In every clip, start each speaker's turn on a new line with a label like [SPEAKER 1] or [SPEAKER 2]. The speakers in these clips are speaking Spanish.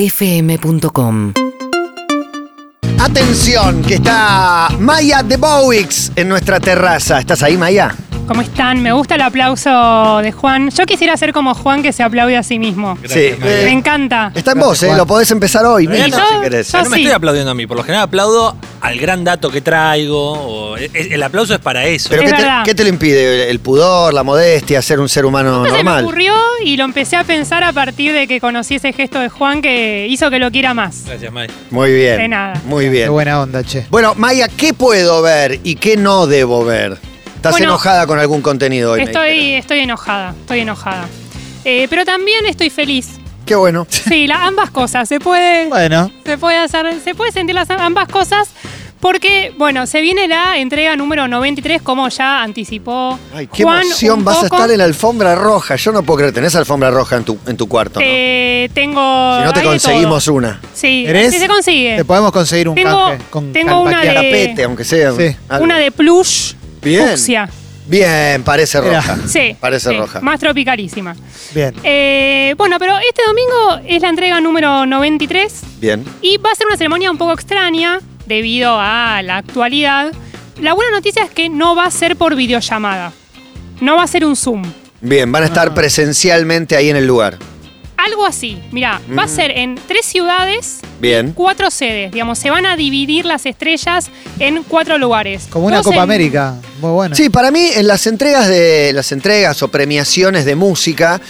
[SPEAKER 1] UrbanaPlayFM.com
[SPEAKER 2] Atención, que está Maya de Bowix en nuestra terraza. ¿Estás ahí, Maya?
[SPEAKER 3] ¿Cómo están? Me gusta el aplauso de Juan. Yo quisiera ser como Juan que se aplaude a sí mismo.
[SPEAKER 2] Sí.
[SPEAKER 3] Me
[SPEAKER 2] Eh,
[SPEAKER 3] encanta.
[SPEAKER 2] está en vos, ¿eh? Lo podés empezar hoy
[SPEAKER 4] Bueno,
[SPEAKER 2] mismo,
[SPEAKER 3] yo-
[SPEAKER 2] si querés.
[SPEAKER 3] yo-
[SPEAKER 4] no me
[SPEAKER 3] sí.
[SPEAKER 4] estoy aplaudiendo a mí, por lo general aplaudo al gran dato que traigo. o- e- e- el aplauso es para eso.
[SPEAKER 2] Pero
[SPEAKER 3] Es
[SPEAKER 2] ¿qué te,
[SPEAKER 3] verdad.
[SPEAKER 2] qué te lo impide? ¿El pudor, la modestia, ser un ser humano
[SPEAKER 3] Esto se me
[SPEAKER 2] normal?
[SPEAKER 3] ocurrió y lo empecé a pensar a partir de que conocí ese gesto de Juan que hizo que lo quiera más.
[SPEAKER 4] Gracias, Mike.
[SPEAKER 2] Muy bien.
[SPEAKER 3] De nada.
[SPEAKER 2] Muy
[SPEAKER 5] Qué
[SPEAKER 2] bien.
[SPEAKER 5] buena onda, che.
[SPEAKER 2] Bueno, Maya, ¿qué puedo ver y qué no debo ver? ¿Estás
[SPEAKER 3] Bueno,
[SPEAKER 2] enojada con algún contenido hoy? me
[SPEAKER 3] Estoy,
[SPEAKER 2] dijeron.
[SPEAKER 3] estoy enojada, estoy enojada. Eh, pero también estoy feliz.
[SPEAKER 2] Qué bueno.
[SPEAKER 3] Sí, la- ambas cosas. Se puede,
[SPEAKER 5] Bueno,
[SPEAKER 3] se puede hacer, se puede sentir las ambas cosas porque, bueno, se viene la entrega número 93, como ya anticipó.
[SPEAKER 2] Ay, qué
[SPEAKER 3] Juan
[SPEAKER 2] emoción.
[SPEAKER 3] un
[SPEAKER 2] Vas a
[SPEAKER 3] poco.
[SPEAKER 2] estar en la alfombra roja. Yo no puedo creer. Tenés alfombra roja en tu, en tu cuarto, ¿no?
[SPEAKER 3] Eh, tengo.
[SPEAKER 2] si no te
[SPEAKER 3] hay de
[SPEAKER 2] conseguimos
[SPEAKER 3] todo.
[SPEAKER 2] una.
[SPEAKER 3] Sí,
[SPEAKER 5] ¿querés?
[SPEAKER 3] sí se consigue.
[SPEAKER 5] te podemos conseguir un
[SPEAKER 3] Tengo-
[SPEAKER 5] canje con
[SPEAKER 3] tengo una
[SPEAKER 5] calpaquear.
[SPEAKER 3] de-
[SPEAKER 2] Tapete, aunque sea.
[SPEAKER 5] Sí.
[SPEAKER 2] algo.
[SPEAKER 3] Una de plush.
[SPEAKER 2] Bien.
[SPEAKER 3] Fucsia.
[SPEAKER 2] Bien, parece
[SPEAKER 5] Mirá.
[SPEAKER 2] roja.
[SPEAKER 3] Sí.
[SPEAKER 2] Parece
[SPEAKER 3] sí,
[SPEAKER 2] roja.
[SPEAKER 3] Más tropicalísima.
[SPEAKER 5] Bien.
[SPEAKER 3] Eh, bueno, pero este domingo es la entrega número 93
[SPEAKER 2] Bien.
[SPEAKER 3] y va a ser una ceremonia un poco extraña debido a la actualidad. La buena noticia es que no va a ser por videollamada. No va a ser un Zoom.
[SPEAKER 2] Bien, van a
[SPEAKER 5] Ah.
[SPEAKER 2] estar presencialmente ahí en el lugar.
[SPEAKER 3] Algo así. Mirá, va a
[SPEAKER 2] Mm.
[SPEAKER 3] ser en tres ciudades
[SPEAKER 2] Bien.
[SPEAKER 3] cuatro sedes, digamos, se van a dividir las estrellas en cuatro lugares.
[SPEAKER 5] Como una
[SPEAKER 3] Dos
[SPEAKER 5] Copa
[SPEAKER 3] en-
[SPEAKER 5] América. Muy buena.
[SPEAKER 2] Sí, para mí en las entregas de las entregas o premiaciones de música,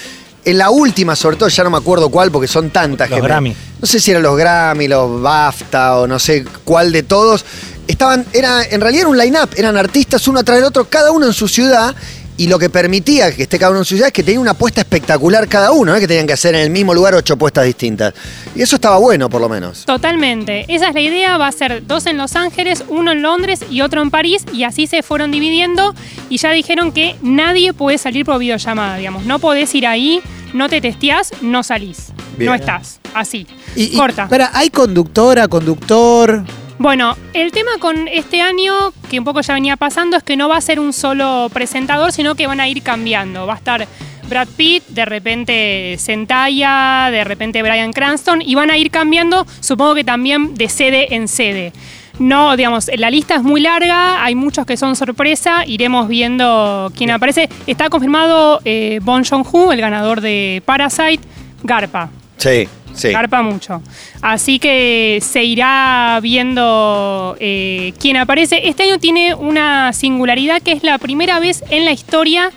[SPEAKER 2] en la última sobre todo, ya no me acuerdo cuál porque son tantas
[SPEAKER 4] Los
[SPEAKER 2] que me-
[SPEAKER 4] Grammy.
[SPEAKER 2] no sé si eran los Grammy, los BAFTA o no sé cuál de todos, estaban era en realidad era un line-up, eran artistas uno atrás del otro, cada uno en su ciudad. Y lo que permitía que esté cada uno en su ciudad es que tenía una puesta espectacular cada uno, ¿eh? que tenían que hacer en el mismo lugar ocho puestas distintas. Y eso estaba bueno, por lo menos.
[SPEAKER 3] Totalmente. Esa es la idea. Va a ser dos en Los Ángeles, uno en Londres y otro en París. Y así se fueron dividiendo. Y ya dijeron que nadie puede salir por videollamada, digamos. No podés ir ahí, no te testeás, no salís.
[SPEAKER 2] Bien.
[SPEAKER 3] No estás. Así.
[SPEAKER 5] Y- y-
[SPEAKER 3] Corta.
[SPEAKER 5] pará, hay conductora, conductor.
[SPEAKER 3] Bueno, el tema con este año, que un poco ya venía pasando, es que no va a ser un solo presentador, sino que van a ir cambiando. Va a estar Brad Pitt, de repente Zendaya, de repente Brian Cranston, y van a ir cambiando, supongo que también de sede en sede. No, digamos, la lista es muy larga, hay muchos que son sorpresa, iremos viendo quién aparece. Está confirmado eh, Bon Joon-ho, el ganador de Parasite, Garpa
[SPEAKER 2] Sí, sí.
[SPEAKER 3] carpa mucho. Así que se irá viendo eh, quién aparece. Este año tiene una singularidad que es la primera vez en la historia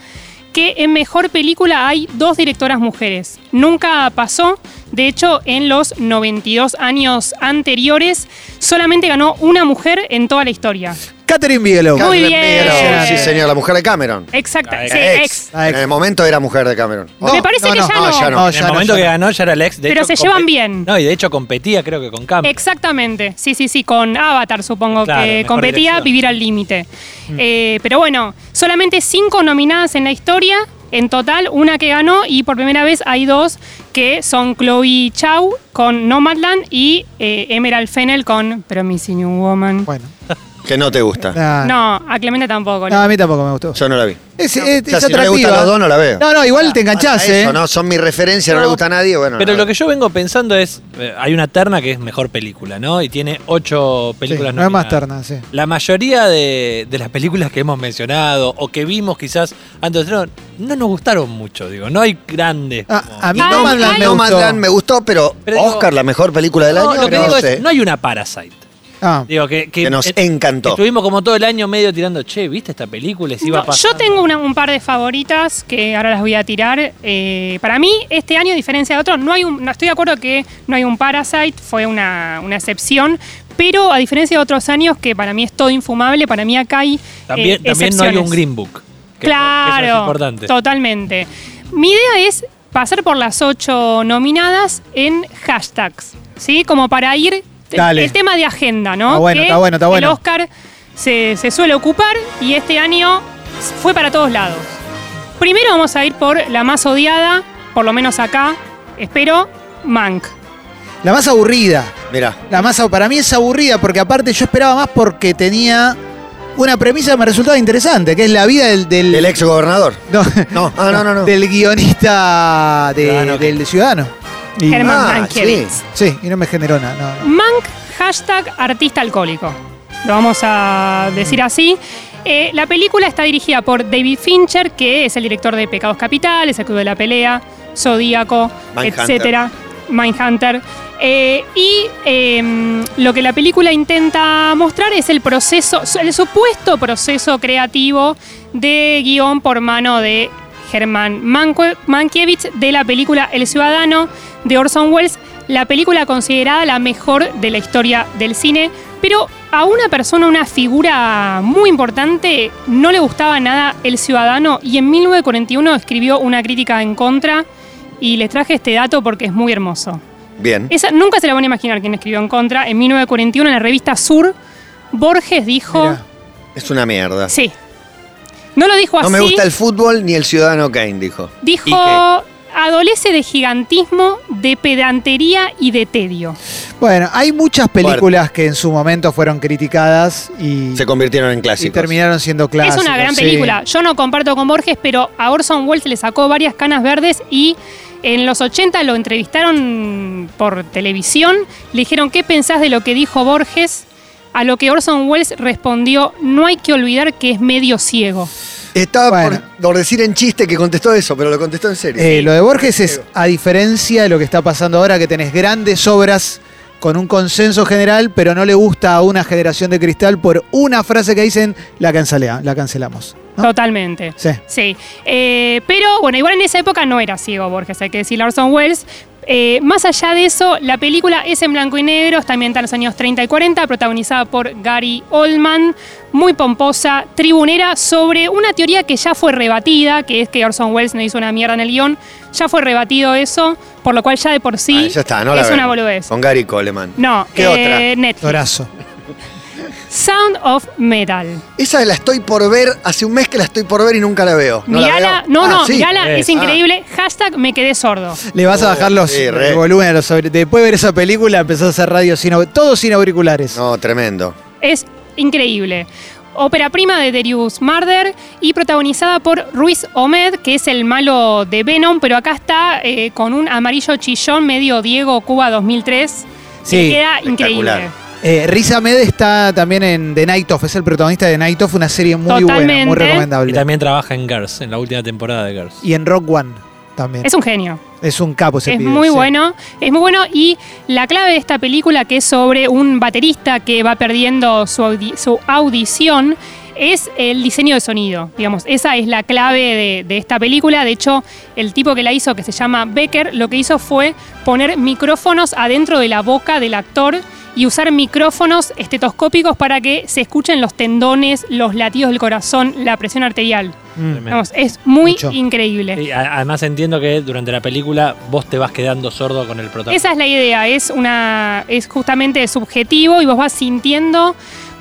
[SPEAKER 3] que en mejor película hay dos directoras mujeres. Nunca pasó. De hecho, en los 92 años anteriores solamente ganó una mujer en toda la historia.
[SPEAKER 5] Catherine Bigelow.
[SPEAKER 3] Muy
[SPEAKER 2] Carmen
[SPEAKER 3] bien.
[SPEAKER 2] Bigelow, Sí, señor, la mujer de Cameron.
[SPEAKER 3] Exacta.
[SPEAKER 4] La
[SPEAKER 3] sí,
[SPEAKER 2] ex.
[SPEAKER 3] ex.
[SPEAKER 5] La ex.
[SPEAKER 2] En el momento era mujer de Cameron.
[SPEAKER 3] Me parece que ya no.
[SPEAKER 2] ya no.
[SPEAKER 4] En
[SPEAKER 5] Eh, No, Ah, ya
[SPEAKER 4] el
[SPEAKER 5] no,
[SPEAKER 4] momento
[SPEAKER 5] ya
[SPEAKER 4] que
[SPEAKER 5] no.
[SPEAKER 4] ganó ya era el ex. de
[SPEAKER 3] Pero
[SPEAKER 4] hecho,
[SPEAKER 3] se llevan
[SPEAKER 4] compe-
[SPEAKER 3] bien. Eh,
[SPEAKER 4] No, y de hecho competía creo que con Cam.
[SPEAKER 3] Exactamente, sí, sí, sí, con Avatar supongo
[SPEAKER 4] Claro,
[SPEAKER 3] que
[SPEAKER 4] mejor
[SPEAKER 3] competía
[SPEAKER 4] dirección. Mm.
[SPEAKER 3] Vivir al Límite. Eh, pero bueno, solamente cinco nominadas en la historia, en total una que ganó y por primera vez hay dos que son Chloe Chau con Nomadland y eh, Emerald Fennel con Promising Young Woman.
[SPEAKER 5] Bueno.
[SPEAKER 2] Que no te gusta.
[SPEAKER 5] nah. No.
[SPEAKER 3] No, a Clemente tampoco.
[SPEAKER 5] a mí tampoco me gustó.
[SPEAKER 2] Ah. Yo no la vi.
[SPEAKER 5] Es, es- es
[SPEAKER 2] Ya, si no le
[SPEAKER 5] atractiva.
[SPEAKER 2] gustan los dos, no la veo.
[SPEAKER 5] No, no, igual te enganchás,
[SPEAKER 2] A
[SPEAKER 5] ¿eh?
[SPEAKER 2] eso, ¿no? Son mi referencia, no, le gusta a nadie, bueno.
[SPEAKER 4] Pero
[SPEAKER 2] no.
[SPEAKER 4] lo que yo vengo pensando es, eh, hay una terna que es mejor película, ¿no? Y tiene ocho
[SPEAKER 5] Sí,
[SPEAKER 4] películas
[SPEAKER 5] no eh. es más
[SPEAKER 4] nominadas.
[SPEAKER 5] terna, sí.
[SPEAKER 4] La mayoría de, de las películas que hemos mencionado o que vimos quizás antes no, no nos gustaron mucho, digo. No hay grandes.
[SPEAKER 5] Ah,
[SPEAKER 4] como-
[SPEAKER 5] a mí
[SPEAKER 3] Ay,
[SPEAKER 5] no
[SPEAKER 3] ay,
[SPEAKER 5] me gustó.
[SPEAKER 2] Nomadland me gustó, pero,
[SPEAKER 4] Pero digo-
[SPEAKER 2] Oscar, la mejor película del
[SPEAKER 4] No,
[SPEAKER 2] año,
[SPEAKER 4] lo que
[SPEAKER 2] no
[SPEAKER 4] digo
[SPEAKER 2] sé.
[SPEAKER 4] es, no hay una Parasite.
[SPEAKER 5] Ah,
[SPEAKER 4] Digo, que,
[SPEAKER 2] Que nos
[SPEAKER 4] eh,
[SPEAKER 2] encantó.
[SPEAKER 4] Estuvimos como todo el año medio tirando, che, ¿viste esta película? Y se iba
[SPEAKER 3] No, yo
[SPEAKER 4] pasando.
[SPEAKER 3] tengo una- un par de favoritas que ahora las voy a tirar. Eh, para mí, este año, a diferencia de otros, no hay un, no estoy de acuerdo que no hay un Parasite, fue una, una excepción. Pero a diferencia de otros años, que para mí es todo infumable, para mí acá hay. eh,
[SPEAKER 4] También, también no hay
[SPEAKER 3] excepciones.
[SPEAKER 4] un Green Book. que- que
[SPEAKER 3] Claro.
[SPEAKER 4] Eso es importante.
[SPEAKER 3] Totalmente. Mi idea es pasar por las ocho nominadas en hashtags, ¿sí? Como para ir.
[SPEAKER 5] Dale.
[SPEAKER 3] El tema de agenda, ¿no?
[SPEAKER 5] Está bueno,
[SPEAKER 3] Que
[SPEAKER 5] está bueno, está bueno.
[SPEAKER 3] El Oscar se, se suele ocupar y este año fue para todos lados. Primero vamos a ir por la más odiada, por lo menos acá, espero, Mank.
[SPEAKER 5] la más aburrida.
[SPEAKER 2] Mirá,
[SPEAKER 5] La masa para mí es aburrida porque aparte yo esperaba más porque tenía una premisa que me resultaba interesante, que es la vida del... del-
[SPEAKER 2] el ex gobernador.
[SPEAKER 5] no,
[SPEAKER 2] No, ah, no, no, no.
[SPEAKER 5] Del guionista de-
[SPEAKER 4] Ciudadano.
[SPEAKER 5] del ciudadano. Y-
[SPEAKER 3] Germán
[SPEAKER 2] Ah,
[SPEAKER 3] Mankiewicz.
[SPEAKER 2] sí.
[SPEAKER 5] Sí, y no me generó nada. no, no.
[SPEAKER 3] Mank, hashtag artista alcohólico. Lo vamos a decir así. Eh, la película está dirigida por David Fincher, que es el director de Pecados Capitales, El Club de la Pelea, Zodíaco,
[SPEAKER 2] Mindhunter.
[SPEAKER 3] etcétera, Mindhunter. Eh, y em, lo que la película intenta mostrar es el proceso, el supuesto proceso creativo de guión por mano de Germán Manco- Mankiewicz de la película El Ciudadano de Orson Welles, la película considerada la mejor de la historia del cine, pero a una persona, una figura muy importante, no le gustaba nada El Ciudadano y en 1941 escribió una crítica en contra y les traje este dato porque es muy hermoso.
[SPEAKER 2] Bien.
[SPEAKER 3] Esa, nunca se la van a imaginar quién escribió en contra. En 1941 en la revista Sur, Borges dijo...
[SPEAKER 5] Mirá.
[SPEAKER 2] Es una mierda.
[SPEAKER 3] Sí. No lo dijo
[SPEAKER 2] No
[SPEAKER 3] así.
[SPEAKER 2] me gusta el fútbol ni el ciudadano Kane, dijo.
[SPEAKER 4] ¿Y
[SPEAKER 3] Dijo,
[SPEAKER 4] qué?
[SPEAKER 3] adolece de gigantismo, de pedantería y de tedio.
[SPEAKER 5] Bueno, hay muchas películas que en su momento fueron criticadas y,
[SPEAKER 2] Se convirtieron en
[SPEAKER 5] y
[SPEAKER 2] clásicos.
[SPEAKER 5] terminaron siendo clásicas.
[SPEAKER 3] es una gran
[SPEAKER 5] sí.
[SPEAKER 3] película. Yo no comparto con Borges, pero a Orson Welles le sacó varias canas verdes y en los 80 lo entrevistaron por televisión. Le dijeron, ¿qué pensás de lo que dijo Borges? A lo que Orson Welles respondió, no hay que olvidar que es medio ciego.
[SPEAKER 2] Estaba
[SPEAKER 5] Bueno.
[SPEAKER 2] por, por decir en chiste que contestó eso, pero lo contestó en serio.
[SPEAKER 5] Eh, lo de Borges es, a diferencia de lo que está pasando ahora, que tenés grandes obras con un consenso general, pero no le gusta a una generación de cristal por una frase que dicen, la, cancelea, la cancelamos. ¿no?
[SPEAKER 3] Totalmente.
[SPEAKER 5] Sí.
[SPEAKER 3] Sí, Eh, pero bueno, igual en esa época no era ciego Borges, hay que decir Orson Welles. Eh, más allá de eso, la película es en blanco y negro, está ambientada en los años 30 y 40, protagonizada por Gary Oldman, muy pomposa, tribunera, sobre una teoría que ya fue rebatida, que es que Orson Welles no hizo una mierda en el guión, ya fue rebatido eso, por lo cual ya de por
[SPEAKER 2] Ah,
[SPEAKER 3] sí
[SPEAKER 2] ya está, no la
[SPEAKER 3] es una
[SPEAKER 2] vemos.
[SPEAKER 3] boludez.
[SPEAKER 2] Con Gary Coleman.
[SPEAKER 3] No,
[SPEAKER 2] ¿Qué
[SPEAKER 3] eh,
[SPEAKER 2] otra?
[SPEAKER 3] Netflix.
[SPEAKER 5] Dorazo.
[SPEAKER 3] Sound of Metal.
[SPEAKER 2] Esa la estoy por ver, hace un mes que la estoy por ver y nunca la veo. ¿No la
[SPEAKER 3] Mirala,
[SPEAKER 2] veo?
[SPEAKER 3] no,
[SPEAKER 2] Ah,
[SPEAKER 3] no,
[SPEAKER 2] sí.
[SPEAKER 3] mirala, es
[SPEAKER 4] Ah.
[SPEAKER 3] increíble. Hashtag me quedé sordo.
[SPEAKER 5] Le vas a bajar los
[SPEAKER 2] Oh, sí, re.
[SPEAKER 5] el volumen a los auri- Después de ver esa película empezás a hacer radio sin au- todo sin auriculares.
[SPEAKER 2] No, tremendo.
[SPEAKER 3] Es increíble. Ópera prima de Darius Marder y protagonizada por Ruiz Omed, que es el malo de Venom, pero acá está eh, con un amarillo chillón medio Diego Cuba 2003.
[SPEAKER 5] Sí,
[SPEAKER 3] que queda
[SPEAKER 2] espectacular.
[SPEAKER 3] increíble.
[SPEAKER 5] Eh, Riz Ahmed está también en The Night Of, es el protagonista de The Night Of, una serie muy buena, muy
[SPEAKER 3] Totalmente.
[SPEAKER 5] recomendable.
[SPEAKER 4] Y también trabaja en Girls, en la última temporada de Girls.
[SPEAKER 5] Y en Rock One también.
[SPEAKER 3] Es un genio.
[SPEAKER 5] Es un capo ese
[SPEAKER 3] es
[SPEAKER 5] pibe,
[SPEAKER 3] muy
[SPEAKER 5] sí.
[SPEAKER 3] bueno, es muy bueno y la clave de esta película que es sobre un baterista que va perdiendo su, audi- su audición es el diseño de sonido, digamos, esa es la clave de, de esta película, de hecho el tipo que la hizo que se llama Becker lo que hizo fue poner micrófonos adentro de la boca del actor y usar micrófonos estetoscópicos para que se escuchen los tendones, los latidos del corazón, la presión arterial.
[SPEAKER 5] Mm.
[SPEAKER 4] Tremendo.
[SPEAKER 3] Digamos, es muy
[SPEAKER 5] Mucho.
[SPEAKER 3] increíble.
[SPEAKER 4] Y a- además entiendo que durante la película vos te vas quedando sordo con el protagonista.
[SPEAKER 3] Esa es la idea, es una es justamente subjetivo y vos vas sintiendo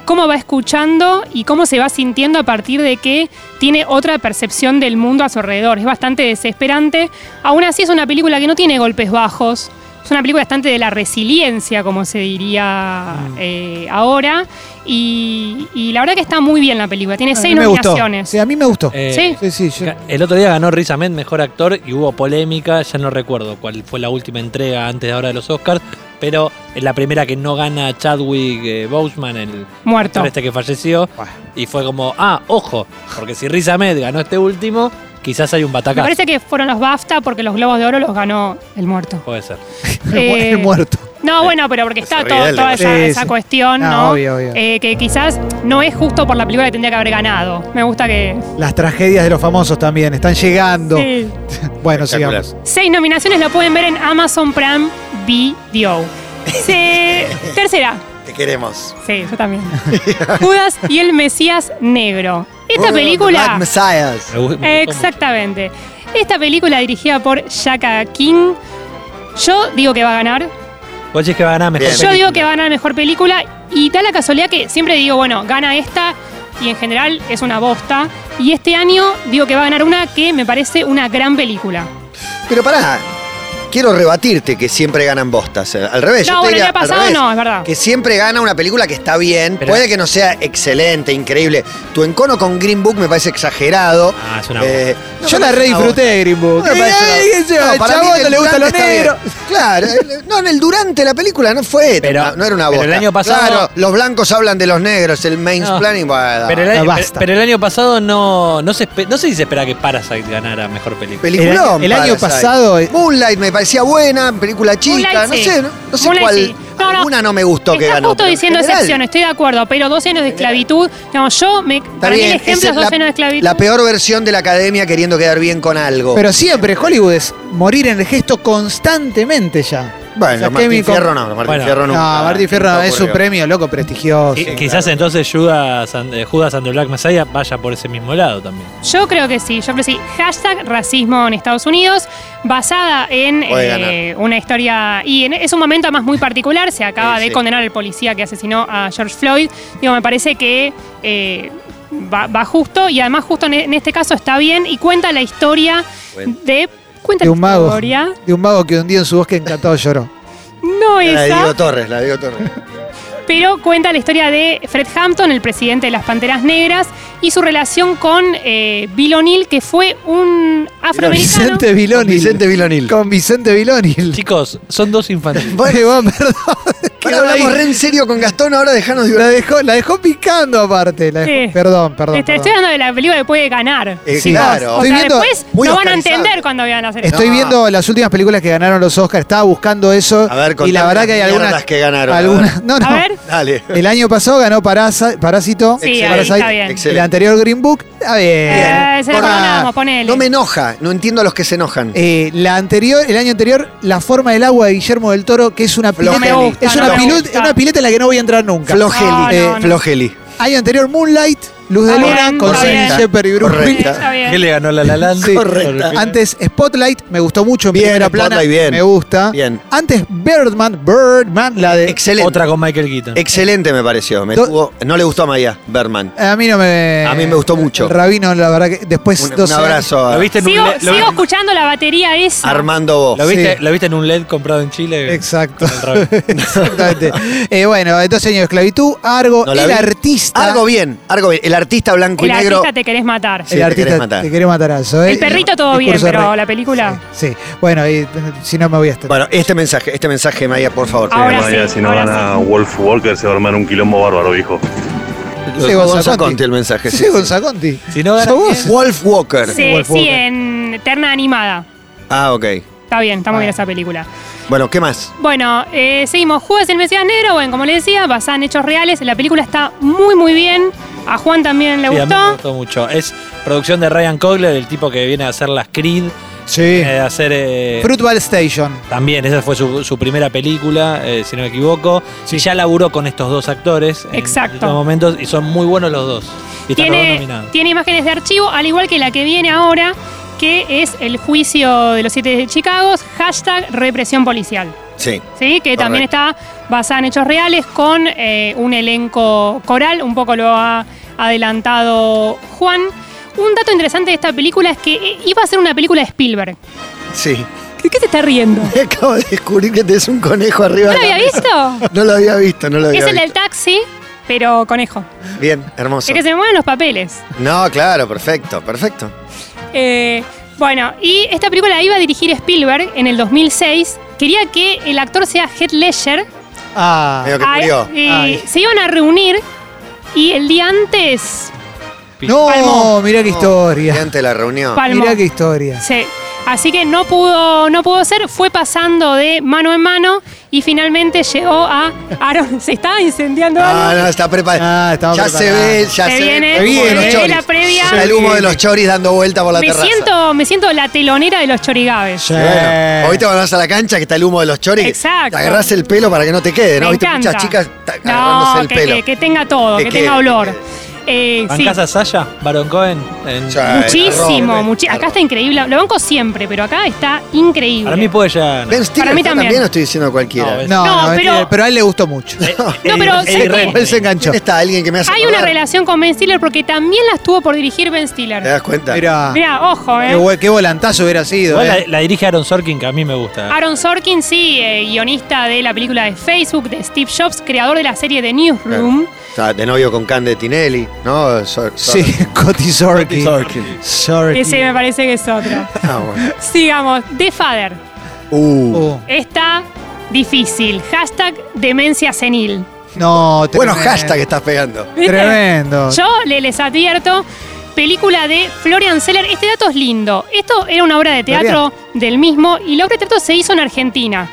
[SPEAKER 3] cómo va escuchando y cómo se va sintiendo a partir de que tiene otra percepción del mundo a su alrededor. Es bastante desesperante. Aún así es una película que no tiene golpes bajos. Es una película bastante de la resiliencia, como se diría
[SPEAKER 5] Mm.
[SPEAKER 3] eh, ahora. Y, y la verdad que está muy bien la película. Tiene
[SPEAKER 5] A mí
[SPEAKER 3] seis
[SPEAKER 5] me gustó.
[SPEAKER 3] nominaciones.
[SPEAKER 5] Sí, a mí me gustó.
[SPEAKER 4] Eh,
[SPEAKER 5] Sí, sí, yo-
[SPEAKER 4] Ga- El otro día ganó Riz Ahmed mejor actor y hubo polémica, ya no recuerdo cuál fue la última entrega antes de ahora de los Oscars, pero es la primera que no gana Chadwick eh, Boseman, el
[SPEAKER 3] Muerto.
[SPEAKER 4] actor este que falleció,
[SPEAKER 5] Bueno.
[SPEAKER 4] y fue como, ah, ojo, porque si Riz Ahmed ganó este último, quizás hay un
[SPEAKER 3] Me
[SPEAKER 4] batacazo.
[SPEAKER 3] parece que fueron los BAFTA porque los Globos de Oro los ganó el muerto.
[SPEAKER 4] Puede ser.
[SPEAKER 5] El mu-
[SPEAKER 3] Eh,
[SPEAKER 5] el muerto.
[SPEAKER 3] No, bueno, pero porque
[SPEAKER 2] Que
[SPEAKER 3] está
[SPEAKER 2] se
[SPEAKER 3] todo-
[SPEAKER 2] ríe él,
[SPEAKER 3] toda
[SPEAKER 2] ¿no?
[SPEAKER 3] esa,
[SPEAKER 5] Sí,
[SPEAKER 3] esa
[SPEAKER 5] sí.
[SPEAKER 3] cuestión,
[SPEAKER 5] No,
[SPEAKER 3] ¿no?
[SPEAKER 5] obvio, obvio.
[SPEAKER 3] Eh, que quizás no es justo por la película que tendría que haber ganado. Me gusta que.
[SPEAKER 5] Las tragedias de los famosos también están llegando.
[SPEAKER 3] Sí.
[SPEAKER 5] Bueno,
[SPEAKER 2] Espectacular.
[SPEAKER 5] sigamos.
[SPEAKER 3] Seis nominaciones la pueden ver en Amazon Prime Video. Se- Tercera.
[SPEAKER 2] Te queremos.
[SPEAKER 3] Sí, yo también. Judas y el Mesías Negro. Esta
[SPEAKER 2] Oh, The Black
[SPEAKER 3] película.
[SPEAKER 2] Messiahs.
[SPEAKER 4] Me gu- me gustó
[SPEAKER 3] Exactamente. Esta película dirigida por Shaka King. Yo digo que va a ganar.
[SPEAKER 4] mucho. Vos decís que va a ganar mejor
[SPEAKER 2] Bien.
[SPEAKER 3] Yo digo
[SPEAKER 4] película.
[SPEAKER 3] que va a ganar mejor película y da la casualidad que siempre digo, bueno, gana esta y en general es una bosta. Y este año digo que va a ganar una que me parece una gran película.
[SPEAKER 2] Pero pará, quiero rebatirte que siempre ganan bostas. eh, Al revés.
[SPEAKER 3] No,
[SPEAKER 2] yo te
[SPEAKER 3] bueno,
[SPEAKER 2] diría,
[SPEAKER 3] el año
[SPEAKER 2] al
[SPEAKER 3] pasado
[SPEAKER 2] revés,
[SPEAKER 3] no, es verdad.
[SPEAKER 2] Que siempre gana una película que está bien.
[SPEAKER 4] Pero-
[SPEAKER 2] puede que no sea excelente, increíble. Tu encono con Green Book me parece exagerado.
[SPEAKER 4] Ah, es una
[SPEAKER 2] Eh, no
[SPEAKER 5] Yo
[SPEAKER 2] me
[SPEAKER 5] la re
[SPEAKER 2] parece una bosta.
[SPEAKER 5] disfruté de Green Book.
[SPEAKER 2] No me parece una-
[SPEAKER 5] No,
[SPEAKER 2] para mí
[SPEAKER 5] chabón,
[SPEAKER 2] en
[SPEAKER 5] no
[SPEAKER 2] el
[SPEAKER 5] le gusta lo
[SPEAKER 2] durante está
[SPEAKER 5] negro.
[SPEAKER 2] bien. Claro, el- no, en el durante la película no fue,
[SPEAKER 4] Pero-
[SPEAKER 2] una- no era una
[SPEAKER 4] pero
[SPEAKER 2] bosta.
[SPEAKER 4] el año pasado-
[SPEAKER 2] Claro, los blancos hablan de los negros, el main
[SPEAKER 4] No.
[SPEAKER 2] planning. bueno,
[SPEAKER 4] Pero el,
[SPEAKER 5] Ah,
[SPEAKER 4] año, pero,
[SPEAKER 5] basta.
[SPEAKER 4] pero el año pasado no, no, se, espe- no sé si se esperaba que Parasite ganara mejor película.
[SPEAKER 2] peliculón,
[SPEAKER 5] El- el año
[SPEAKER 2] Parasite.
[SPEAKER 5] pasado-
[SPEAKER 2] Moonlight me parecía buena, película chica,
[SPEAKER 3] Moonlight,
[SPEAKER 2] no
[SPEAKER 3] sí.
[SPEAKER 2] sé, no, no sé
[SPEAKER 3] Moonlight,
[SPEAKER 2] cuál.
[SPEAKER 3] sí. No, no.
[SPEAKER 2] Alguna no me gustó que
[SPEAKER 3] Está
[SPEAKER 2] ganó.
[SPEAKER 3] justo
[SPEAKER 2] pero en
[SPEAKER 3] diciendo
[SPEAKER 2] general,
[SPEAKER 3] excepción, estoy de acuerdo, pero 12 años de esclavitud, digamos, yo, me,
[SPEAKER 2] está
[SPEAKER 3] para mí el
[SPEAKER 2] bien,
[SPEAKER 3] ejemplo
[SPEAKER 2] esa
[SPEAKER 3] es 12 años de
[SPEAKER 2] la,
[SPEAKER 3] esclavitud.
[SPEAKER 2] la peor versión de la academia queriendo quedar bien con algo.
[SPEAKER 5] Pero siempre, Hollywood es morir en el gesto constantemente ya.
[SPEAKER 2] bueno,
[SPEAKER 5] O sea,
[SPEAKER 2] Martín
[SPEAKER 5] Kevin con-
[SPEAKER 2] Fierro no, Martín
[SPEAKER 4] Bueno.
[SPEAKER 2] Fierro
[SPEAKER 5] No,
[SPEAKER 2] nunca.
[SPEAKER 5] Martín Fierro
[SPEAKER 2] nunca
[SPEAKER 5] es un
[SPEAKER 2] ocurrió.
[SPEAKER 5] premio, loco, prestigioso.
[SPEAKER 4] Qui- quizás entonces Judas and, eh, Judas and the Black Messiah vaya por ese mismo lado también.
[SPEAKER 3] Yo creo que sí, yo creo que sí. Hashtag racismo en Estados Unidos, basada en
[SPEAKER 2] Puede
[SPEAKER 3] eh, una historia. Y en- es un momento además muy particular. Se acaba
[SPEAKER 2] Sí,
[SPEAKER 3] de
[SPEAKER 2] sí.
[SPEAKER 3] condenar al policía que asesinó a George Floyd. Digo, me parece que eh, va, va justo y además, justo en, e- en este caso está bien y cuenta la historia
[SPEAKER 2] Bueno.
[SPEAKER 3] de. Cuenta
[SPEAKER 5] De un
[SPEAKER 3] la
[SPEAKER 5] mago.
[SPEAKER 3] historia.
[SPEAKER 5] De un mago que un día en su bosque encantado lloró.
[SPEAKER 3] No
[SPEAKER 2] La de
[SPEAKER 3] esa.
[SPEAKER 2] Diego Torres, la de Diego Torres.
[SPEAKER 3] pero cuenta la historia de Fred Hampton, el presidente de las Panteras Negras, y su relación con eh, Bill O'Neill, que fue un afroamericano.
[SPEAKER 5] Vicente Vilonil.
[SPEAKER 2] Vicente Vilonil.
[SPEAKER 5] Con Vicente Vilonil.
[SPEAKER 4] Chicos, son dos infantiles.
[SPEAKER 5] Bueno, perdón.
[SPEAKER 2] Ahora hablamos re en serio con Gastón, ahora dejanos de
[SPEAKER 5] La dejó, la dejó picando aparte. la dejó-
[SPEAKER 3] Sí.
[SPEAKER 5] Perdón, perdón.
[SPEAKER 3] Este,
[SPEAKER 5] perdón.
[SPEAKER 3] estoy hablando de la película que puede ganar.
[SPEAKER 2] Eh,
[SPEAKER 5] Sí.
[SPEAKER 2] Claro.
[SPEAKER 3] O
[SPEAKER 5] Estoy
[SPEAKER 3] sea,
[SPEAKER 5] viendo-
[SPEAKER 3] después
[SPEAKER 2] muy
[SPEAKER 3] no van a
[SPEAKER 2] oscarizado.
[SPEAKER 3] entender cuando vean la serie.
[SPEAKER 5] Estoy
[SPEAKER 2] No.
[SPEAKER 5] viendo las últimas películas que ganaron los Oscars. Estaba buscando eso.
[SPEAKER 2] A ver,
[SPEAKER 5] y
[SPEAKER 2] contame
[SPEAKER 5] la verdad que hay
[SPEAKER 2] las mierdas
[SPEAKER 5] algunas.
[SPEAKER 2] que ganaron, a
[SPEAKER 5] algunas-
[SPEAKER 2] ver.
[SPEAKER 5] no, no.
[SPEAKER 3] A ver,
[SPEAKER 2] Dale.
[SPEAKER 5] El año pasado ganó Parasa- Parásito.
[SPEAKER 3] Sí,
[SPEAKER 2] Excelente.
[SPEAKER 3] ahí está bien.
[SPEAKER 5] El
[SPEAKER 2] Excelente.
[SPEAKER 5] anterior Green Book. Está bien.
[SPEAKER 3] Eh, se lo
[SPEAKER 2] Corta.
[SPEAKER 3] perdonamos, ponele.
[SPEAKER 2] No me enoja, no entiendo a los que se enojan.
[SPEAKER 5] Eh, la anterior, el año anterior, La forma del agua de Guillermo del Toro, que es una
[SPEAKER 2] Flojeli.
[SPEAKER 5] pileta,
[SPEAKER 2] No me
[SPEAKER 3] gusta,
[SPEAKER 5] es una,
[SPEAKER 3] no me
[SPEAKER 5] pilu-
[SPEAKER 3] gusta.
[SPEAKER 5] una pileta en la que no voy a entrar nunca.
[SPEAKER 2] Flojeli.
[SPEAKER 3] No,
[SPEAKER 2] eh,
[SPEAKER 3] no, no.
[SPEAKER 2] Flojeli.
[SPEAKER 5] Año anterior, Moonlight, Luz de
[SPEAKER 3] Está
[SPEAKER 5] Luna,
[SPEAKER 3] bien,
[SPEAKER 5] con
[SPEAKER 3] está
[SPEAKER 5] Sidney
[SPEAKER 3] bien.
[SPEAKER 5] Shepherd y Bruce
[SPEAKER 2] Correcto.
[SPEAKER 5] Willis.
[SPEAKER 3] está
[SPEAKER 4] ¿Qué
[SPEAKER 3] bien.
[SPEAKER 4] le ganó la La Land?
[SPEAKER 2] Sí, correcta.
[SPEAKER 5] Antes, Spotlight, me gustó mucho en
[SPEAKER 2] Bien,
[SPEAKER 5] primera plana.
[SPEAKER 2] Spotlight, bien.
[SPEAKER 5] Me gusta.
[SPEAKER 2] Bien.
[SPEAKER 5] Antes, Birdman, Birdman, la de.
[SPEAKER 2] Excelente.
[SPEAKER 4] Otra con Michael Keaton.
[SPEAKER 2] Excelente me pareció. Me
[SPEAKER 5] Do-
[SPEAKER 2] estuvo- no le gustó a Maya Berman.
[SPEAKER 5] A mí no me.
[SPEAKER 2] A mí me gustó mucho.
[SPEAKER 5] El Rabino, la verdad que. Después,
[SPEAKER 2] Un, un
[SPEAKER 5] 12 años.
[SPEAKER 2] abrazo a
[SPEAKER 4] ¿Lo viste en un
[SPEAKER 3] Sigo,
[SPEAKER 4] LED? ¿Lo
[SPEAKER 3] sigo
[SPEAKER 4] vi-
[SPEAKER 3] escuchando la batería esa.
[SPEAKER 2] Armando Bo.
[SPEAKER 4] lo viste-
[SPEAKER 5] Sí.
[SPEAKER 4] lo viste en un LED comprado en Chile?
[SPEAKER 5] Exacto.
[SPEAKER 4] Con el Robin.
[SPEAKER 5] Exactamente. Eh, bueno, 12 años de esclavitud, Argo,
[SPEAKER 2] No la
[SPEAKER 5] el
[SPEAKER 2] vi.
[SPEAKER 5] artista.
[SPEAKER 2] Algo bien, algo bien. El artista blanco
[SPEAKER 3] El
[SPEAKER 2] y negro.
[SPEAKER 3] artista te querés matar.
[SPEAKER 2] Sí, te querés matar.
[SPEAKER 5] Te querés matarazo, ¿eh?
[SPEAKER 3] El perrito todo bien,
[SPEAKER 5] Discurso
[SPEAKER 3] pero
[SPEAKER 5] re-
[SPEAKER 3] la película.
[SPEAKER 5] Sí, sí. bueno, y, eh, si no me voy a estar.
[SPEAKER 2] Bueno, este mensaje, este mensaje, Maya, por favor.
[SPEAKER 3] Ahora
[SPEAKER 2] Maya.
[SPEAKER 1] Mañana,
[SPEAKER 3] sí,
[SPEAKER 1] si no
[SPEAKER 3] ahora
[SPEAKER 1] gana
[SPEAKER 3] sí.
[SPEAKER 1] Wolf Walker, se va a armar un quilombo bárbaro, viejo.
[SPEAKER 2] Lo-
[SPEAKER 5] Sí, Gonza
[SPEAKER 2] Gonza
[SPEAKER 5] Conti.
[SPEAKER 2] Conti, el mensaje.
[SPEAKER 5] Sí,
[SPEAKER 2] sí, sí.
[SPEAKER 5] Gonzaconti.
[SPEAKER 4] Si no gana
[SPEAKER 5] ¿Sos vos?
[SPEAKER 2] Wolf Walker.
[SPEAKER 3] Sí,
[SPEAKER 5] Wolf
[SPEAKER 3] sí,
[SPEAKER 5] Walker.
[SPEAKER 3] en Terna Animada.
[SPEAKER 2] Ah, ok.
[SPEAKER 3] Está bien, está muy
[SPEAKER 5] Ah.
[SPEAKER 3] bien esa película.
[SPEAKER 2] Bueno, ¿qué más?
[SPEAKER 3] Bueno, eh, seguimos. Jueves el Mesías Negro, bueno, como les decía, basada en hechos reales. La película está muy, muy bien. A Juan también le
[SPEAKER 4] Sí, a mí me
[SPEAKER 3] gustó.
[SPEAKER 4] gustó mucho. Es producción de Ryan Coogler, el tipo que viene a hacer las Creed,
[SPEAKER 5] Sí.
[SPEAKER 4] viene a hacer... eh,
[SPEAKER 5] Fruitball Station.
[SPEAKER 4] también, esa fue su, su primera película, eh, si no me equivoco. Y ya laburó con estos dos actores en
[SPEAKER 3] Exacto.
[SPEAKER 4] distintos momentos y son muy buenos los dos. Y están los dos
[SPEAKER 3] Tiene,
[SPEAKER 4] nominados.
[SPEAKER 3] tiene imágenes de archivo, al igual que la que viene ahora, que es el juicio de los siete de Chicago, hashtag represión policial.
[SPEAKER 2] Sí.
[SPEAKER 3] ¿sí? que también está basada en hechos reales con eh, un elenco coral, un poco lo ha adelantado Juan. Un dato interesante de esta película es que eh, iba a ser una película de Spielberg.
[SPEAKER 2] Sí.
[SPEAKER 3] ¿De qué se está riendo?
[SPEAKER 2] Acabo de descubrir que tenés un conejo arriba.
[SPEAKER 3] ¿No lo
[SPEAKER 2] de la
[SPEAKER 3] había visto?
[SPEAKER 2] No lo había visto, no lo había
[SPEAKER 3] Es el del
[SPEAKER 2] visto.
[SPEAKER 3] taxi, pero conejo.
[SPEAKER 2] Bien, hermoso.
[SPEAKER 3] Es que se me mueven los papeles.
[SPEAKER 2] No, claro, perfecto, perfecto.
[SPEAKER 3] Eh, bueno, y esta película la iba a dirigir Spielberg en el 2006. Quería que el actor sea Heath Ledger.
[SPEAKER 5] Ah.
[SPEAKER 2] Medio que
[SPEAKER 3] Ah,
[SPEAKER 2] murió.
[SPEAKER 3] eh,
[SPEAKER 5] Ay.
[SPEAKER 3] se iban a reunir y el día antes
[SPEAKER 5] No,
[SPEAKER 3] Palmo.
[SPEAKER 5] mirá qué
[SPEAKER 2] Y
[SPEAKER 5] historia.
[SPEAKER 2] antes de la reunión.
[SPEAKER 3] palmó.
[SPEAKER 5] Mirá qué historia.
[SPEAKER 3] Sí. Así que no pudo, no pudo ser, fue pasando de mano en mano y finalmente llegó a Aaron. Se estaba incendiando
[SPEAKER 2] Ah,
[SPEAKER 3] algo.
[SPEAKER 2] no, está preparado.
[SPEAKER 5] Ah, estamos
[SPEAKER 2] ya se
[SPEAKER 5] preparados.
[SPEAKER 2] ve, ya
[SPEAKER 3] Se
[SPEAKER 2] se, ve.
[SPEAKER 3] viene,
[SPEAKER 2] el humo de
[SPEAKER 5] se
[SPEAKER 2] los
[SPEAKER 5] ve
[SPEAKER 2] choris.
[SPEAKER 3] la previa.
[SPEAKER 2] Ya el humo de los choris dando vuelta por la
[SPEAKER 3] me
[SPEAKER 2] terraza.
[SPEAKER 3] siento, me siento la telonera de los chorigabes.
[SPEAKER 5] Sí.
[SPEAKER 2] Sí, bueno. O viste cuando vas a la cancha que está el humo de los choris.
[SPEAKER 3] Exacto.
[SPEAKER 2] Te agarrás el pelo para que no te quede, ¿no?
[SPEAKER 3] Me
[SPEAKER 2] viste
[SPEAKER 3] encanta.
[SPEAKER 2] muchas chicas ta-
[SPEAKER 3] No,
[SPEAKER 2] agarrándose el
[SPEAKER 3] que,
[SPEAKER 2] pelo.
[SPEAKER 3] que- que tenga todo, que,
[SPEAKER 2] Que quede,
[SPEAKER 3] tenga olor.
[SPEAKER 2] que
[SPEAKER 3] Eh, sí,
[SPEAKER 4] ¿Bancás a Sasha, Baron Cohen? En-
[SPEAKER 3] muchísimo. muchi- acá está increíble. Lo banco siempre, pero acá está increíble.
[SPEAKER 4] Para mí puede ya.
[SPEAKER 2] Ben Stiller
[SPEAKER 3] Para mí
[SPEAKER 2] fue
[SPEAKER 3] también.
[SPEAKER 2] no estoy diciendo cualquiera.
[SPEAKER 4] No, es-
[SPEAKER 5] No,
[SPEAKER 3] No,
[SPEAKER 5] no, este,
[SPEAKER 3] pero-
[SPEAKER 5] pero, pero a él le gustó mucho.
[SPEAKER 4] Eh,
[SPEAKER 3] No, pero
[SPEAKER 4] Eddie
[SPEAKER 3] sé que-
[SPEAKER 4] Redmayne.
[SPEAKER 5] Él se enganchó.
[SPEAKER 2] ¿Quién está alguien que me hace
[SPEAKER 3] Hay una
[SPEAKER 2] acordar?
[SPEAKER 3] relación con Ben Stiller porque también la estuvo por dirigir Ben
[SPEAKER 2] ¿Te
[SPEAKER 3] Stiller.
[SPEAKER 2] das cuenta?
[SPEAKER 5] Mirá,
[SPEAKER 3] Mirá, ojo,
[SPEAKER 5] qué,
[SPEAKER 3] ¿eh?
[SPEAKER 5] bu- qué volantazo hubiera sido.
[SPEAKER 4] Igual la,
[SPEAKER 5] eh.
[SPEAKER 4] la dirige Aaron Sorkin, que a mí me gusta.
[SPEAKER 3] Aaron Sorkin, sí, eh, guionista de la película de Facebook, de Steve Jobs, creador de la serie The Newsroom.
[SPEAKER 2] Está de novio con Cande Tinelli, ¿no? Sor- sor-
[SPEAKER 5] Sí, Coti Sorkin.
[SPEAKER 2] Sorkin.
[SPEAKER 5] Sorkin.
[SPEAKER 3] Ese me parece que es otro.
[SPEAKER 2] Ah, bueno.
[SPEAKER 3] Sigamos, The Father.
[SPEAKER 2] Uh.
[SPEAKER 5] Uh,
[SPEAKER 3] Está difícil. Hashtag demencia senil.
[SPEAKER 5] no,
[SPEAKER 2] Bueno,
[SPEAKER 5] tremendo.
[SPEAKER 2] hashtag que estás pegando.
[SPEAKER 3] ¿Viste?
[SPEAKER 5] Tremendo.
[SPEAKER 3] Yo le- les advierto, película de Florian Seller. Este dato es lindo. Esto era una obra de teatro del mismo y la obra de teatro se hizo en Argentina.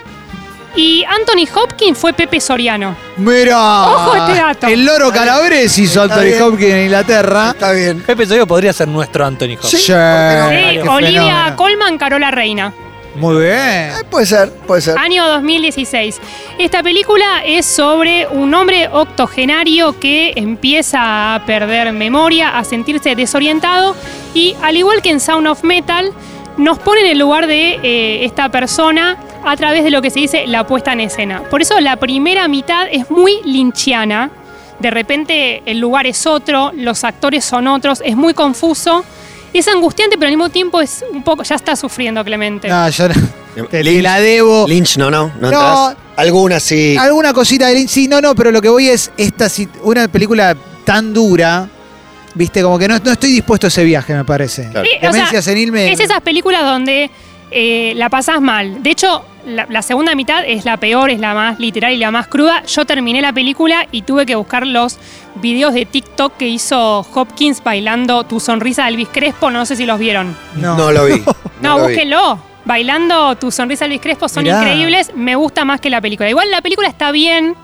[SPEAKER 3] Y Anthony Hopkins fue Pepe Soriano.
[SPEAKER 5] Mirá.
[SPEAKER 3] Ojo este dato.
[SPEAKER 5] El loro Calabres hizo
[SPEAKER 2] Está
[SPEAKER 5] Anthony
[SPEAKER 2] bien.
[SPEAKER 5] Hopkins en Inglaterra.
[SPEAKER 2] Está bien.
[SPEAKER 4] Pepe Soriano podría ser nuestro Anthony Hopkins.
[SPEAKER 5] Sí,
[SPEAKER 3] Sí,
[SPEAKER 5] qué
[SPEAKER 3] Eh, Olivia
[SPEAKER 5] fenómeno.
[SPEAKER 3] Colman, Carola Reina.
[SPEAKER 5] Muy bien.
[SPEAKER 2] Eh, puede ser, puede ser.
[SPEAKER 3] Año 2016. Esta película es sobre un hombre octogenario que empieza a perder memoria, a sentirse desorientado y al igual que en Sound of Metal, nos pone en el lugar de eh, esta persona a través de lo que se dice la puesta en escena. Por eso la primera mitad es muy linchiana. De repente el lugar es otro, los actores son otros, es muy confuso. Es angustiante, pero al mismo tiempo es un poco. Ya está sufriendo Clemente.
[SPEAKER 5] No, yo no. Te
[SPEAKER 2] Lynch.
[SPEAKER 5] la debo.
[SPEAKER 2] Lynch, no, no. No,
[SPEAKER 5] No.
[SPEAKER 2] entrás. Algunas sí.
[SPEAKER 5] Alguna cosita de Lynch. Sí, no, no, pero lo que voy es esta, si- una película tan dura. Viste, como que no, no estoy dispuesto a ese viaje, me parece.
[SPEAKER 2] Claro.
[SPEAKER 3] Sí, Eh, o
[SPEAKER 5] Demencia
[SPEAKER 3] sea,
[SPEAKER 5] senil me.
[SPEAKER 3] Es esas películas donde eh, la pasás mal. De hecho, la, la segunda mitad es la peor, es la más literal y la más cruda. Yo terminé la película y tuve que buscar los videos de TikTok que hizo Hopkins bailando Tu sonrisa de Elvis Crespo. No sé si los vieron.
[SPEAKER 5] No.
[SPEAKER 2] No lo vi.
[SPEAKER 3] No,
[SPEAKER 2] lo vi.
[SPEAKER 3] búsquenlo. Bailando Tu sonrisa de Elvis Crespo son
[SPEAKER 5] Mirá.
[SPEAKER 3] increíbles. Me gusta más que la película. Igual la película está bien.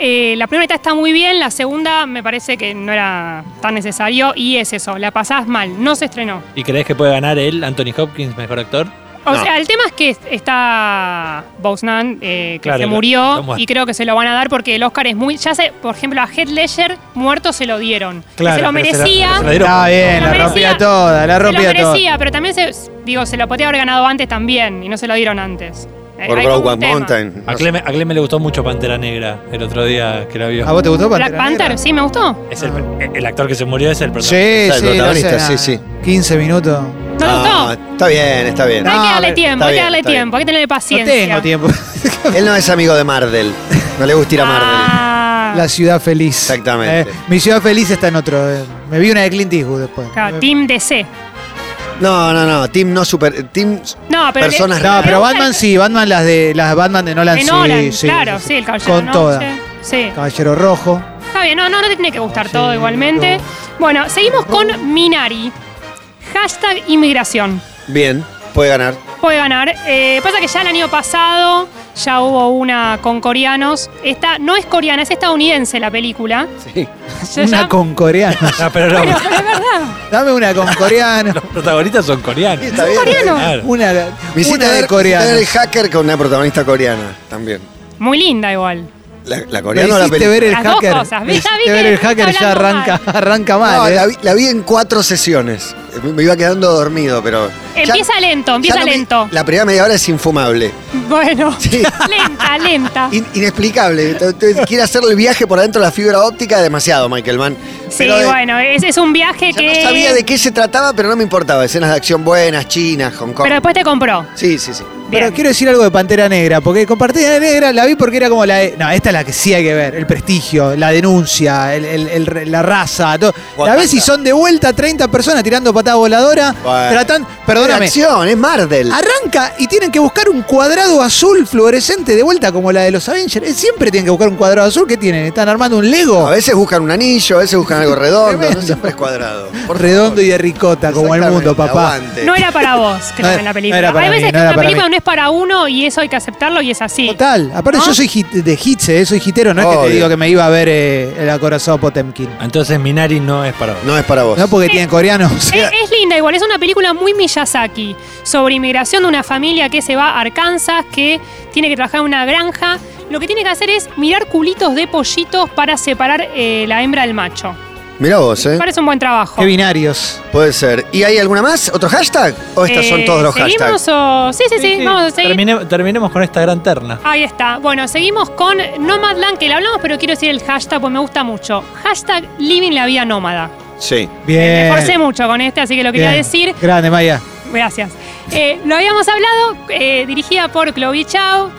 [SPEAKER 3] Eh, la primera mitad está muy bien, la segunda me parece que no era tan necesario y es eso, la pasás mal, no se estrenó.
[SPEAKER 4] ¿Y crees que puede ganar él, Anthony Hopkins, mejor actor?
[SPEAKER 3] O
[SPEAKER 2] No.
[SPEAKER 3] sea, el tema es que está Bosnan, eh, que
[SPEAKER 4] Claro,
[SPEAKER 3] se
[SPEAKER 4] lo-
[SPEAKER 3] murió,
[SPEAKER 4] lo muerto.
[SPEAKER 3] y creo que se lo van a dar porque el Oscar es muy. Ya sé, por ejemplo, a Heath Ledger muerto se lo dieron. que se lo
[SPEAKER 4] pero la-
[SPEAKER 3] merecía.
[SPEAKER 4] pero
[SPEAKER 3] Se
[SPEAKER 4] se lo dieron
[SPEAKER 5] Está
[SPEAKER 4] por-
[SPEAKER 5] bien,
[SPEAKER 3] lo
[SPEAKER 5] la
[SPEAKER 3] merecía.
[SPEAKER 5] rompía toda, la
[SPEAKER 3] lo
[SPEAKER 5] rompía toda.
[SPEAKER 3] merecía, pero también se, digo, se lo podía haber ganado antes también, y no se lo dieron antes. Eh,
[SPEAKER 2] Por
[SPEAKER 3] hay como un
[SPEAKER 2] Brokeback
[SPEAKER 3] tema.
[SPEAKER 2] Mountain.
[SPEAKER 4] A Clem, a Clem le gustó mucho Pantera Negra el otro día que la vio.
[SPEAKER 5] ¿A vos te gustó
[SPEAKER 3] Black
[SPEAKER 5] Pantera
[SPEAKER 3] Panther,
[SPEAKER 5] Negra?
[SPEAKER 3] sí, me gustó.
[SPEAKER 4] Es el, el actor que se murió es el protagonista.
[SPEAKER 5] Sí,
[SPEAKER 2] Está el
[SPEAKER 5] sí, no
[SPEAKER 2] protagonista,
[SPEAKER 5] sé,
[SPEAKER 2] sí,
[SPEAKER 5] nada.
[SPEAKER 2] sí.
[SPEAKER 5] 15 minutos.
[SPEAKER 3] No
[SPEAKER 2] Ah, No,
[SPEAKER 3] me gustó.
[SPEAKER 2] está bien, está bien. Ah,
[SPEAKER 5] No,
[SPEAKER 3] hay que darle
[SPEAKER 5] pero-
[SPEAKER 3] tiempo,
[SPEAKER 2] está
[SPEAKER 3] hay que
[SPEAKER 2] bien,
[SPEAKER 3] darle
[SPEAKER 2] está bien.
[SPEAKER 3] tiempo, hay que tenerle
[SPEAKER 5] No
[SPEAKER 3] paciencia.
[SPEAKER 5] tengo tiempo.
[SPEAKER 2] Él no es amigo de Mardel. No le gusta ir a Mardel.
[SPEAKER 3] Ah,
[SPEAKER 5] La ciudad feliz.
[SPEAKER 2] Exactamente.
[SPEAKER 5] Eh, mi ciudad feliz está en otro. eh. Me vi una de Clint Eastwood después. Eh,
[SPEAKER 3] claro, Team DC.
[SPEAKER 2] No, no, no. Team no super. Team.
[SPEAKER 3] No, pero.
[SPEAKER 2] Personas
[SPEAKER 5] No,
[SPEAKER 2] Me
[SPEAKER 5] pero
[SPEAKER 3] gusta
[SPEAKER 5] Batman
[SPEAKER 3] el-
[SPEAKER 5] sí, Batman las de las Batman de Nolan,
[SPEAKER 3] De
[SPEAKER 5] sí,
[SPEAKER 3] Nolan,
[SPEAKER 5] sí,
[SPEAKER 3] claro,
[SPEAKER 5] sí,
[SPEAKER 3] sí,
[SPEAKER 5] sí.
[SPEAKER 3] el caballero de
[SPEAKER 5] Con
[SPEAKER 3] la
[SPEAKER 5] toda.
[SPEAKER 3] Noche. Sí.
[SPEAKER 5] Caballero Rojo.
[SPEAKER 3] Está bien, no, no, no te tiene que gustar
[SPEAKER 5] Sí,
[SPEAKER 3] todo igualmente.
[SPEAKER 5] no.
[SPEAKER 3] Bueno, seguimos con Minari. Hashtag inmigración.
[SPEAKER 2] Bien, puede ganar.
[SPEAKER 3] Puede ganar. Eh, pasa que ya el año pasado ya hubo una con coreanos. Esta no es coreana, es estadounidense la película.
[SPEAKER 2] Sí.
[SPEAKER 3] Se
[SPEAKER 5] una
[SPEAKER 3] llama-
[SPEAKER 5] con coreano.
[SPEAKER 4] No, pero no,
[SPEAKER 3] Pero, pero es verdad.
[SPEAKER 5] Dame una con coreano.
[SPEAKER 4] los protagonistas son coreanos.
[SPEAKER 2] Está bien.
[SPEAKER 3] Coreano.
[SPEAKER 4] Claro.
[SPEAKER 5] una
[SPEAKER 2] Me hiciste
[SPEAKER 5] una de
[SPEAKER 2] ver,
[SPEAKER 5] coreano.
[SPEAKER 2] me hiciste ver el hacker con una protagonista coreana también.
[SPEAKER 3] Muy linda igual.
[SPEAKER 2] La, la
[SPEAKER 5] Me
[SPEAKER 2] coreana o la
[SPEAKER 5] hiciste
[SPEAKER 2] película.
[SPEAKER 5] ver el
[SPEAKER 3] Las dos
[SPEAKER 5] hacker.
[SPEAKER 3] cosas,
[SPEAKER 5] Me
[SPEAKER 3] ¿ves? Ya vi
[SPEAKER 5] hiciste
[SPEAKER 3] que
[SPEAKER 5] ver el
[SPEAKER 3] está
[SPEAKER 5] hacker ya
[SPEAKER 3] hablando
[SPEAKER 5] arranca, arranca mal.
[SPEAKER 2] No,
[SPEAKER 5] eh.
[SPEAKER 2] la vi, la vi en cuatro sesiones. Me me iba quedando dormido, pero. ya-
[SPEAKER 3] Empieza lento,
[SPEAKER 2] ya
[SPEAKER 3] empieza
[SPEAKER 2] no me-
[SPEAKER 3] lento.
[SPEAKER 2] la primera media hora es infumable.
[SPEAKER 3] Bueno.
[SPEAKER 2] Sí.
[SPEAKER 3] Lenta, lenta.
[SPEAKER 2] In- inexplicable. T- t- Quiere hacer el viaje por adentro de la fibra óptica demasiado, Michael Mann.
[SPEAKER 3] Sí,
[SPEAKER 2] Pero, eh,
[SPEAKER 3] bueno, es, es un viaje
[SPEAKER 2] ya
[SPEAKER 3] que.
[SPEAKER 2] no sabía de qué se trataba, pero no me importaba. Escenas de acción buenas, chinas, Hong Kong.
[SPEAKER 3] Pero después te compró.
[SPEAKER 2] Sí, sí, sí.
[SPEAKER 3] Bien.
[SPEAKER 5] Pero quiero decir algo de Pantera Negra, porque con Pantera Negra la vi porque era como la de- No, esta es la que sí hay que ver, el prestigio, la denuncia, el- el- el- la raza, todo. La
[SPEAKER 2] Wakanda.
[SPEAKER 5] ves y son de vuelta 30 personas tirando patada voladora,
[SPEAKER 2] Bueno.
[SPEAKER 5] tratan...
[SPEAKER 2] Es de
[SPEAKER 5] Perdóname.
[SPEAKER 2] acción, es Marvel.
[SPEAKER 5] Arranca y tienen que buscar un cuadrado azul fluorescente de vuelta como la de los Avengers. Eh, Siempre tienen que buscar un cuadrado azul. ¿Qué tienen? ¿Están armando un Lego?
[SPEAKER 2] A veces buscan un anillo, a veces buscan algo redondo, no
[SPEAKER 5] Tremendo.
[SPEAKER 2] siempre es cuadrado. Por
[SPEAKER 5] Redondo
[SPEAKER 2] favor.
[SPEAKER 5] y de ricota, como el
[SPEAKER 2] Exactamente,
[SPEAKER 5] mundo, papá.
[SPEAKER 2] aguante.
[SPEAKER 3] No era para vos, creo,
[SPEAKER 5] Este, No era-
[SPEAKER 3] en la
[SPEAKER 5] no
[SPEAKER 3] película.
[SPEAKER 5] era para
[SPEAKER 3] hay
[SPEAKER 5] mí,
[SPEAKER 3] veces
[SPEAKER 5] no
[SPEAKER 3] que
[SPEAKER 5] era
[SPEAKER 3] una
[SPEAKER 5] para
[SPEAKER 3] película
[SPEAKER 5] mí.
[SPEAKER 3] no es para uno y eso hay que aceptarlo y es así.
[SPEAKER 5] Total. Aparte,
[SPEAKER 3] ¿No?
[SPEAKER 5] yo soy hit- de hits, eh, soy hitero. No es que te
[SPEAKER 2] Obvio.
[SPEAKER 5] digo que me iba a ver eh, el acorazado Potemkin.
[SPEAKER 4] Entonces Minari no es para vos.
[SPEAKER 2] No es para vos.
[SPEAKER 5] No porque tienen coreanos.
[SPEAKER 3] Es, es linda igual, es una película muy Miyazaki, sobre inmigración de una familia que se va a Arkansas, que tiene que trabajar en una granja. Lo que tiene que hacer es mirar culitos de pollitos para separar eh, la hembra del macho.
[SPEAKER 2] Mirá vos, ¿eh?
[SPEAKER 3] Parece un buen trabajo.
[SPEAKER 5] Qué binarios.
[SPEAKER 2] Puede ser. ¿Y hay alguna más? ¿Otro hashtag? ¿O estos son
[SPEAKER 3] Eh,
[SPEAKER 2] todos los
[SPEAKER 3] ¿Seguimos
[SPEAKER 2] hashtags?
[SPEAKER 3] o.? Sí, sí, sí, vamos a seguir.
[SPEAKER 4] Termine- terminemos con esta gran terna.
[SPEAKER 3] Ahí está. Bueno, seguimos con Nomadland, que le hablamos, pero quiero decir el hashtag, pues me gusta mucho. Hashtag Living la Vida Nómada.
[SPEAKER 2] Sí.
[SPEAKER 3] Me
[SPEAKER 5] Bien.
[SPEAKER 3] esforcé mucho con este, así que lo quería
[SPEAKER 5] Bien.
[SPEAKER 3] decir.
[SPEAKER 5] Grande, Maya.
[SPEAKER 3] Gracias. Eh, lo habíamos hablado, eh, dirigida por Chloe Chao,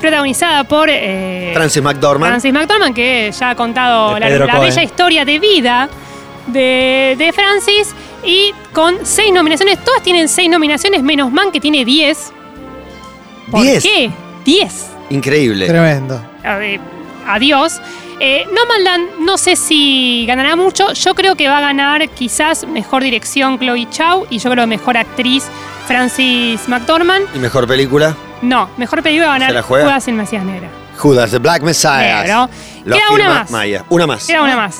[SPEAKER 3] protagonizada por eh,
[SPEAKER 2] Francis McDormand.
[SPEAKER 3] Francis McDormand, que ya ha contado
[SPEAKER 4] De
[SPEAKER 3] la,
[SPEAKER 4] Pedro
[SPEAKER 3] la
[SPEAKER 4] Cohen.
[SPEAKER 3] bella historia de vida de, de Francis, y con seis nominaciones. Todas tienen seis nominaciones, menos Man, que tiene diez. ¿Por
[SPEAKER 2] Diez.
[SPEAKER 3] qué? Diez.
[SPEAKER 2] Increíble.
[SPEAKER 5] Tremendo.
[SPEAKER 3] A- eh, adiós. Eh, Nomadland no sé si ganará mucho. Yo creo que va a ganar quizás mejor dirección Chloe Chau y yo creo mejor actriz Francis McDormand.
[SPEAKER 2] ¿Y mejor película?
[SPEAKER 3] No, mejor película va a
[SPEAKER 2] ¿Se la
[SPEAKER 3] ganar
[SPEAKER 2] juega? Ah,
[SPEAKER 3] Judas y el Mesías Negra.
[SPEAKER 2] Judas, The Black Messiah.
[SPEAKER 3] Negro.
[SPEAKER 2] Lo
[SPEAKER 3] Queda
[SPEAKER 2] firma
[SPEAKER 3] una más.
[SPEAKER 2] Maya. Una más.
[SPEAKER 3] Queda una más.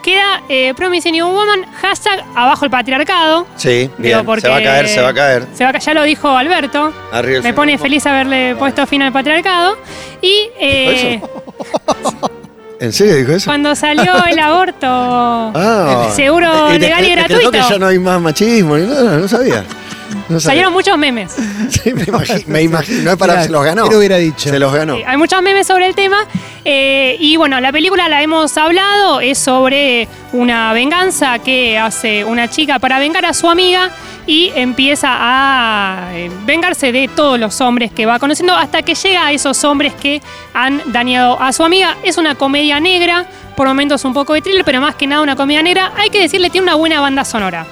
[SPEAKER 3] Queda eh, Promising Young Woman, hashtag abajo el patriarcado.
[SPEAKER 2] Sí,
[SPEAKER 3] Digo,
[SPEAKER 2] bien. Se va a caer, se va a caer.
[SPEAKER 3] Se va a caer, ya lo dijo Alberto.
[SPEAKER 2] Arriba el
[SPEAKER 3] Me pone
[SPEAKER 2] feminismo.
[SPEAKER 3] feliz haberle puesto fin al patriarcado. Y eh,
[SPEAKER 2] ¿En serio dijo eso?
[SPEAKER 3] cuando salió el aborto
[SPEAKER 2] Ah.
[SPEAKER 3] seguro
[SPEAKER 2] te
[SPEAKER 3] legal y
[SPEAKER 2] cre- te creo
[SPEAKER 3] gratuito,
[SPEAKER 2] que ya no hay más machismo ni nada, no sabía. No sabía.
[SPEAKER 3] salieron muchos memes.
[SPEAKER 2] Sí, me imagino, me imagino. No es para
[SPEAKER 5] Mirá,
[SPEAKER 2] se los ganó.
[SPEAKER 5] ¿qué le hubiera dicho?
[SPEAKER 2] Se los ganó.
[SPEAKER 3] Sí, Eh, hay muchos memes sobre el tema. eh, y bueno, la película la hemos hablado, es sobre una venganza que hace una chica para vengar a su amiga y empieza a eh, vengarse de todos los hombres que va conociendo hasta que llega a esos hombres que han dañado a su amiga. Es una comedia negra, por momentos un poco de thriller, pero más que nada una comedia negra. Hay que decirle, tiene una buena banda sonora.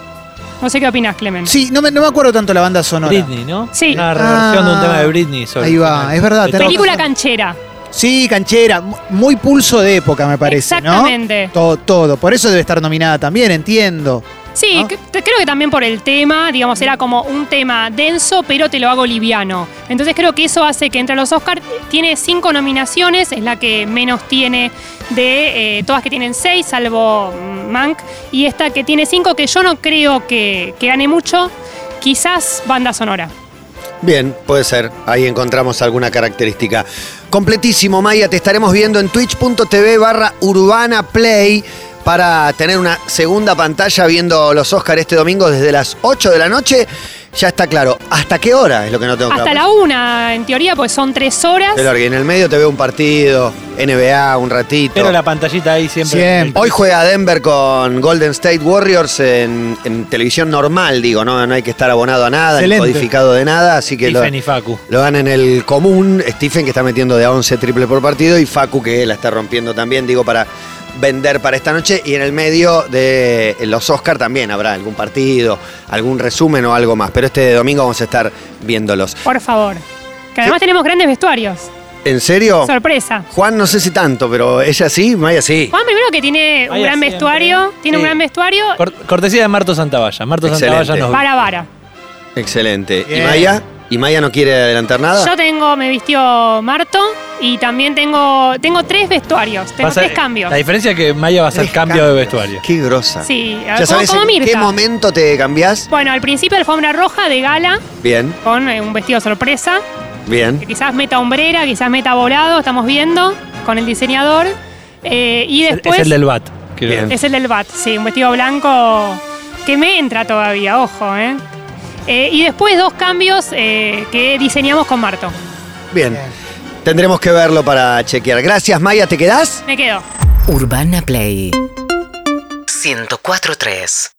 [SPEAKER 3] No sé qué opinas, Clemente.
[SPEAKER 5] Sí, no me, no me acuerdo tanto la banda sonora.
[SPEAKER 4] Britney, ¿no?
[SPEAKER 3] Sí.
[SPEAKER 4] Una reversión de un tema de Britney. sobre-
[SPEAKER 5] Ahí va, es verdad,
[SPEAKER 4] de
[SPEAKER 5] tenés
[SPEAKER 4] Tom-
[SPEAKER 3] Película
[SPEAKER 5] razón.
[SPEAKER 3] canchera.
[SPEAKER 5] Sí, canchera. mu- Muy pulso de época, me parece, ¿no?
[SPEAKER 3] Exactamente.
[SPEAKER 5] Todo, todo. Por eso debe estar nominada también, entiendo.
[SPEAKER 3] Sí,
[SPEAKER 5] ¿no?
[SPEAKER 3] que- te- creo que también por el tema, digamos, era como un tema denso, pero te lo hago liviano. Entonces creo que eso hace que entre los Oscars tiene cinco nominaciones, es la que menos tiene de eh, todas que tienen seis, salvo mm, Mank, y esta que tiene cinco, que yo no creo que, que gane mucho, quizás banda sonora.
[SPEAKER 2] Bien, puede ser. Ahí encontramos alguna característica. Completísimo, Maya. Te estaremos viendo en twitch.tv barra urbana play para tener una segunda pantalla viendo los Oscars este domingo desde las 8 de la noche. Ya está claro. ¿Hasta qué hora es lo que no tengo
[SPEAKER 3] Hasta
[SPEAKER 2] claro?
[SPEAKER 3] la una, en teoría, pues son tres horas.
[SPEAKER 2] Te largué. En el medio te veo un partido, NBA, un ratito.
[SPEAKER 4] Pero la pantallita ahí siempre.
[SPEAKER 5] Siempre.
[SPEAKER 2] Hoy juega Denver con Golden State Warriors en, en televisión normal, digo, ¿no? No hay que estar abonado a nada,
[SPEAKER 5] Excelente.
[SPEAKER 2] ni codificado de nada, así que lo,
[SPEAKER 4] Tiffany Facu.
[SPEAKER 2] lo dan en el común. Stephen que está metiendo de a 11 triple por partido y Facu que la está rompiendo también, digo, para vender para esta noche. Y en el medio de los Oscar también habrá algún partido, algún resumen o algo más. Pero este domingo vamos a estar viéndolos.
[SPEAKER 3] Por favor. Que además tenemos grandes vestuarios.
[SPEAKER 2] ¿En serio?
[SPEAKER 3] Sorpresa.
[SPEAKER 2] Juan, no sé si tanto, pero ella sí, Maya sí.
[SPEAKER 3] Juan primero que tiene un
[SPEAKER 4] Vaya
[SPEAKER 3] gran
[SPEAKER 4] siempre.
[SPEAKER 3] vestuario, tiene un
[SPEAKER 2] Sí.
[SPEAKER 3] gran vestuario,
[SPEAKER 4] Cor- cortesía de Marto Santavalla. Marto
[SPEAKER 2] Excelente.
[SPEAKER 4] Santavalla nos
[SPEAKER 3] vara vara.
[SPEAKER 2] Excelente. ¿Y
[SPEAKER 5] Bien.
[SPEAKER 2] Maya? ¿Y Maya no quiere adelantar nada?
[SPEAKER 4] Ah.
[SPEAKER 3] Yo tengo, me vistió Marto y también tengo, tengo tres vestuarios, tengo
[SPEAKER 4] Pasa-
[SPEAKER 3] tres cambios.
[SPEAKER 4] La diferencia es que Maya va a hacer
[SPEAKER 2] Tres
[SPEAKER 4] cambio de
[SPEAKER 2] cambios.
[SPEAKER 4] vestuario.
[SPEAKER 2] Qué grosa.
[SPEAKER 3] Sí,
[SPEAKER 2] ¿Ya
[SPEAKER 3] como,
[SPEAKER 2] sabes
[SPEAKER 3] como
[SPEAKER 2] en
[SPEAKER 3] Mirta.
[SPEAKER 2] qué momento te cambiás?
[SPEAKER 3] Bueno, al principio alfombra roja de gala
[SPEAKER 2] Bien,
[SPEAKER 3] con eh, un vestido sorpresa, que
[SPEAKER 2] bien.
[SPEAKER 3] quizás meta hombrera, quizás meta volado, estamos viendo, con el diseñador. Eh, y
[SPEAKER 4] Es-
[SPEAKER 3] después
[SPEAKER 4] es el del BAT. quiero
[SPEAKER 2] Bien.
[SPEAKER 4] decir.
[SPEAKER 3] Es el del bat, sí, un vestido blanco que me entra todavía, ojo, ¿eh? Eh, y después dos cambios eh, que diseñamos con Marto.
[SPEAKER 2] Bien.
[SPEAKER 5] Bien.
[SPEAKER 2] Tendremos que verlo para chequear. Gracias, Maya. ¿Te quedás?
[SPEAKER 3] Me quedo.
[SPEAKER 6] Urbana Play 104.3